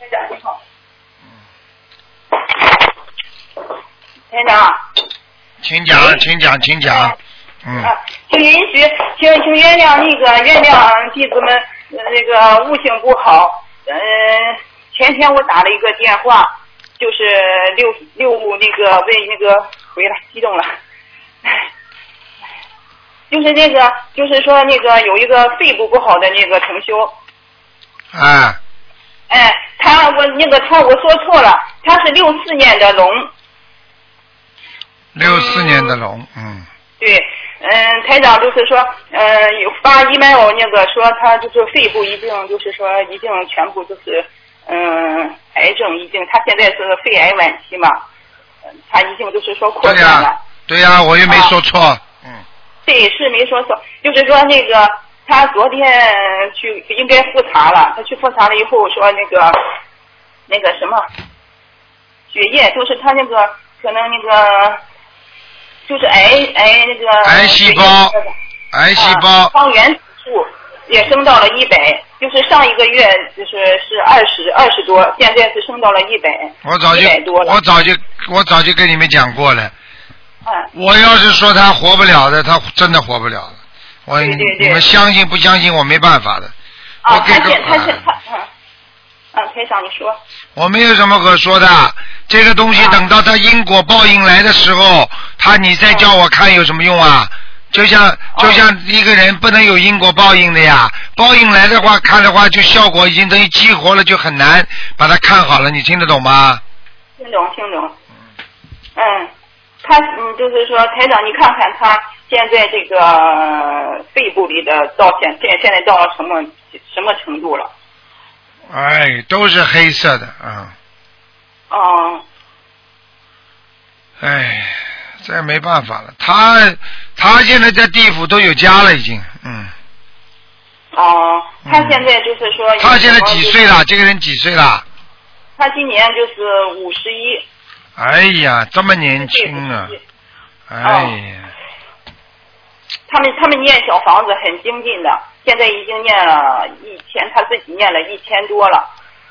Speaker 7: 台长你好。
Speaker 3: 台长。
Speaker 1: 请讲，请讲，请讲。嗯，
Speaker 3: 啊，请允许，请请原谅那个原谅弟子们呃那个悟性不好。嗯、前天我打了一个电话，就是六六那个为那个回来激动了， 就是那个就是说那个有一个肺部不好的那个同修，
Speaker 1: 哎，
Speaker 3: 哎，他我那个他我说错了，他是六四年的龙，
Speaker 1: 六四年的龙，嗯，
Speaker 3: 对，嗯，台长就是说，嗯，有发 email 那个说他就是肺部已经就是说已经全部就是嗯癌症已经，他现在是肺癌晚期嘛，嗯他已经就是说扩
Speaker 1: 对
Speaker 3: 散
Speaker 1: 呀、
Speaker 3: 了，啊
Speaker 1: 对呀、我又没说错，嗯，
Speaker 3: 对，是没说错，就是说那个他昨天去应该复查了，他去复查了以后说那个那个什么血液，就是他那个可能那个就是癌癌那个
Speaker 1: 癌细胞
Speaker 3: 血液
Speaker 1: 癌细胞，
Speaker 3: 啊抗原指数也升到了一百，就是上一个月就是是二十二十多，现在是升到了一百，
Speaker 1: 我早就
Speaker 3: 一百多了，
Speaker 1: 我早就我早就跟你们讲过了，
Speaker 3: 嗯，
Speaker 1: 我要是说他活不了的，他真的活不了了。我
Speaker 3: 对对对
Speaker 1: 你们相信不相信我没办法的，
Speaker 3: 啊，
Speaker 1: 我给
Speaker 3: 他
Speaker 1: 个
Speaker 3: 现他现
Speaker 1: 啊
Speaker 3: 他嗯，啊，台长你说，啊
Speaker 1: 我没有什么可说的。这个东西等到他因果报应来的时候，他你再叫我看有什么用啊？就
Speaker 3: 哦
Speaker 1: 像就像一个人不能有因果报应的呀，报应来的话看的话，就效果已经等于激活了，就很难把它看好了。你听得懂吗？
Speaker 3: 听懂听懂，嗯，他嗯就是说台长你看看他现在这个呃肺部里的到现现现在到了什么什么程度了？
Speaker 1: 哎，都是黑色的，嗯，
Speaker 3: 哦、
Speaker 1: 哎，这没办法了。他他现在在地府都有家了，已经，嗯。
Speaker 3: 哦、他
Speaker 1: 嗯
Speaker 3: 现在就是说有
Speaker 1: 他现在
Speaker 3: 什么
Speaker 1: 几
Speaker 3: 就是
Speaker 1: 岁了？这个人几岁了？
Speaker 3: 他今年就是五十一，
Speaker 1: 哎呀，这么年轻啊！哎
Speaker 3: 哦
Speaker 1: 呀，
Speaker 3: 他们他们念小房子很精进的，现在已经念了一千，他自己念了一千多了，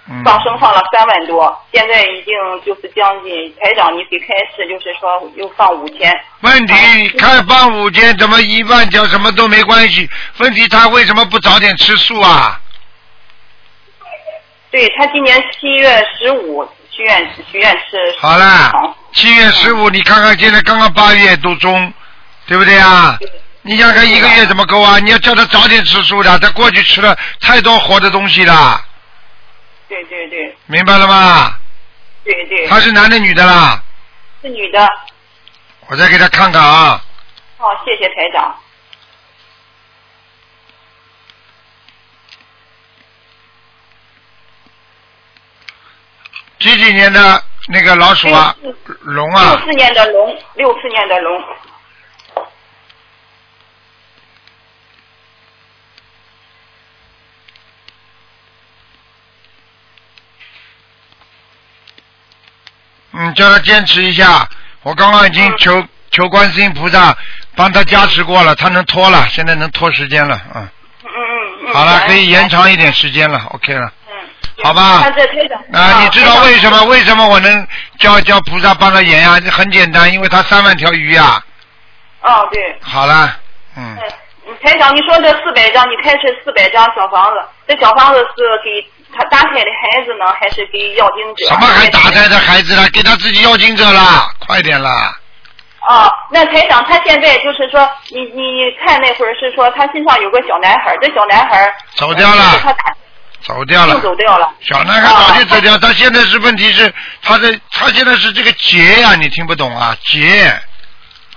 Speaker 1: 嗯，
Speaker 3: 放生放了三万多，现在已经就是将近台长，你给开始就是说又放五千，嗯
Speaker 1: 问题开放五天，怎么一万条什么都没关系？问题他为什么不早点吃素啊？
Speaker 3: 对他今年七月十五许愿许愿吃
Speaker 1: 好了
Speaker 3: 好，
Speaker 1: 七月十五，你看看现在刚刚八月多中，对不对啊？你想想看一个月怎么够啊？你要叫他早点吃素的，他过去吃了太多活的东西了，
Speaker 3: 对对对
Speaker 1: 明白了吗？
Speaker 3: 对对，
Speaker 1: 他是男的女的啦？
Speaker 3: 是女的，
Speaker 1: 我再给他看看啊。
Speaker 3: 好、谢谢台长，
Speaker 1: 几几年的那个老鼠啊，龙
Speaker 3: 六
Speaker 1: 啊，
Speaker 3: 四年的龙，六四年的龙，
Speaker 1: 嗯，叫他坚持一下。我刚刚已
Speaker 3: 嗯
Speaker 1: 经求求观世音菩萨帮他加持过了，他能拖了，现在能拖时间了，嗯，
Speaker 3: 嗯嗯嗯，
Speaker 1: 好了，
Speaker 3: 感恩
Speaker 1: 可以延长一点时间了，OK 了，
Speaker 3: 嗯，
Speaker 1: 好吧
Speaker 3: 他这台长
Speaker 1: 啊，你知道为什？
Speaker 3: 台
Speaker 1: 么
Speaker 3: 长
Speaker 1: 为什么我能叫叫菩萨帮他延啊？很简单，因为他三万条鱼啊。
Speaker 3: 哦，对，
Speaker 1: 好了，嗯，
Speaker 3: 嗯，台长，你说这四百张，你开始四百张小房子，这小房子是给他打胎的孩子呢，还是给要经者？
Speaker 1: 什么还打胎的孩子了？给他自己要经者啦，快点啦！
Speaker 3: 哦，那台长他现在就是说，你你看那会儿是说他身上有个小男孩，这小男孩呃
Speaker 1: 走掉了
Speaker 3: 他打
Speaker 1: 走掉了
Speaker 3: 又。走掉了。
Speaker 1: 小男孩早就走掉，他现在是问题是他的他现在是这个结呀、你听不懂啊结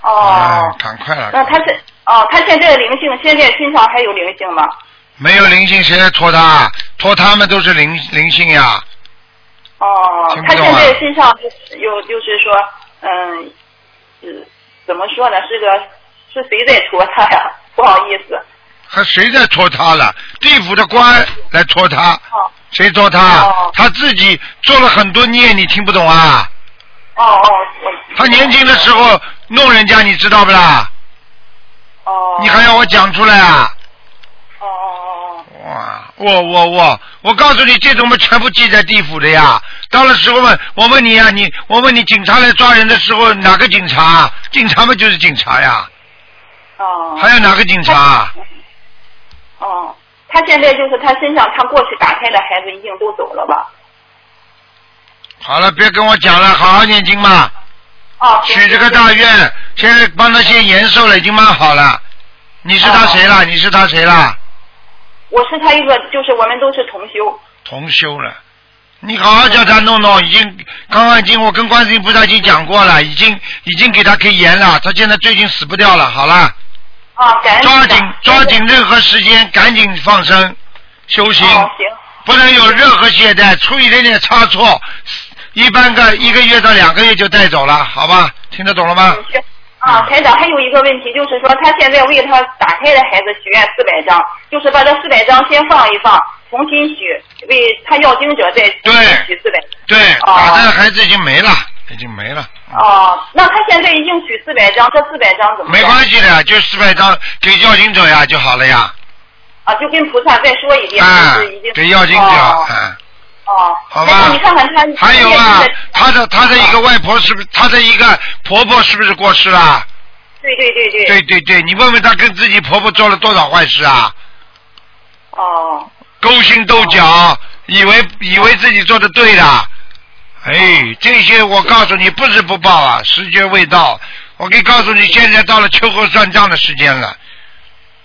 Speaker 1: 啊
Speaker 3: 哦，，
Speaker 1: 赶快
Speaker 3: 那
Speaker 1: 了，
Speaker 3: 他是哦，他现在的灵性现在身上还有灵性吗？
Speaker 1: 没有灵性谁来拖他？拖他们都是灵灵性呀，
Speaker 3: 哦
Speaker 1: 听，不
Speaker 3: 他
Speaker 1: 懂
Speaker 3: 现
Speaker 1: 啊
Speaker 3: 在身上就是有就是说，嗯，是怎么说呢？是个是谁在戳他呀？ 不好意思。
Speaker 1: 还谁在拖他了？地府的官来拖他，
Speaker 3: 哦
Speaker 1: 谁拖他
Speaker 3: 哦？
Speaker 1: 他自己做了很多孽，你听不懂啊？
Speaker 3: 哦哦，我
Speaker 1: 他年轻的时候弄人家，你知道不啦？
Speaker 3: 哦，
Speaker 1: 你还要我讲出来啊？
Speaker 3: 哦哦哦哦，
Speaker 1: 哇，我我我，我告诉你，这种我们全部记在地府的呀。到了时候嘛，我问你呀、你我问你，警察来抓人的时候，哪个警察？警察嘛就是警察呀，
Speaker 4: 哦。
Speaker 1: 还有哪个警察？
Speaker 4: 哦，他现在就是他身上，他过去打胎的孩子已经都走了吧？
Speaker 1: 好了，别跟我讲了，好好念经嘛。
Speaker 4: 哦。
Speaker 1: 许这个大愿，现在帮他些延寿了，已经蛮好了。你是他谁啦？你是他谁啦？
Speaker 4: 我是他一个，就是我们都是同修。
Speaker 1: 同修了。你好好叫他弄弄，已经刚刚已经我跟观世音菩萨已经讲过了，已经已经给他可以延了，他现在最近死不掉了，好了，
Speaker 4: 啊，感恩
Speaker 1: 抓
Speaker 4: 菩萨
Speaker 1: 紧抓紧任何时间赶紧放生修行，
Speaker 4: 哦，行。
Speaker 1: 不能有任何懈怠，出一点点差错，一般个一个月到两个月就带走了，好吧？听得懂了吗？嗯
Speaker 4: 啊，台长，还有一个问题就是说，他现在为他打胎的孩子许愿四百张，就是把这四百张先放一放，重新许，为他要经者再重新许四百。
Speaker 1: 对，
Speaker 4: 哦
Speaker 1: 打胎的孩子已经没了，已经没了，
Speaker 4: 哦，那他现在已经许四百张，这四百张怎么
Speaker 1: 没
Speaker 4: 办
Speaker 1: 关系的，就四百张给要经者呀就好了呀，
Speaker 4: 啊？就跟菩萨再说一遍，
Speaker 1: 啊
Speaker 4: 就是已经，
Speaker 1: 给要经者，
Speaker 4: 哦
Speaker 1: 啊。
Speaker 4: 哦，
Speaker 1: 好
Speaker 4: 台
Speaker 1: 吧
Speaker 4: 长你看看他，
Speaker 1: 还有啊
Speaker 4: 他现在，
Speaker 1: 她的她的一个外婆是不是她的一个婆婆是不是过世了？
Speaker 4: 对对对对，
Speaker 1: 对对对，你问问她跟自己婆婆做了多少坏事啊？
Speaker 4: 哦，
Speaker 1: 勾心斗角，以为以为自己做的对的，哎，这些我告诉你不是不报啊，时节未到。我可以告诉你，现在到了秋后算账的时间了。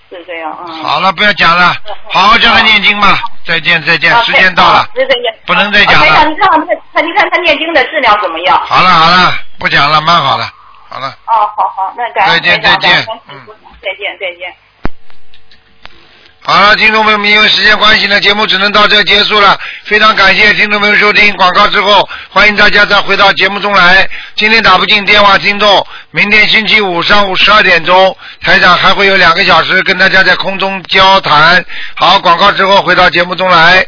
Speaker 4: 是这样啊。
Speaker 1: 好了，不要讲了，好好叫她念经吧。再见再见，时间到了
Speaker 4: 啊，对对对
Speaker 1: 不能再讲
Speaker 4: 啊台
Speaker 1: 了。
Speaker 4: 长，你看看他，他你看他念经的质量怎么样？
Speaker 1: 好了好了，不讲了，蛮好了，好了。
Speaker 4: 哦，好好，那感
Speaker 1: 再
Speaker 4: 恩
Speaker 1: 见
Speaker 4: 台长
Speaker 1: 再见
Speaker 4: 感恩师傅再见再见。
Speaker 1: 好了，听众朋友们，因为时间关系呢，节目只能到这儿结束了。非常感谢听众朋友收听广告之后，欢迎大家再回到节目中来。今天打不进电话听众，明天星期五上午十二点钟，台长还会有两个小时跟大家在空中交谈。好，广告之后回到节目中来。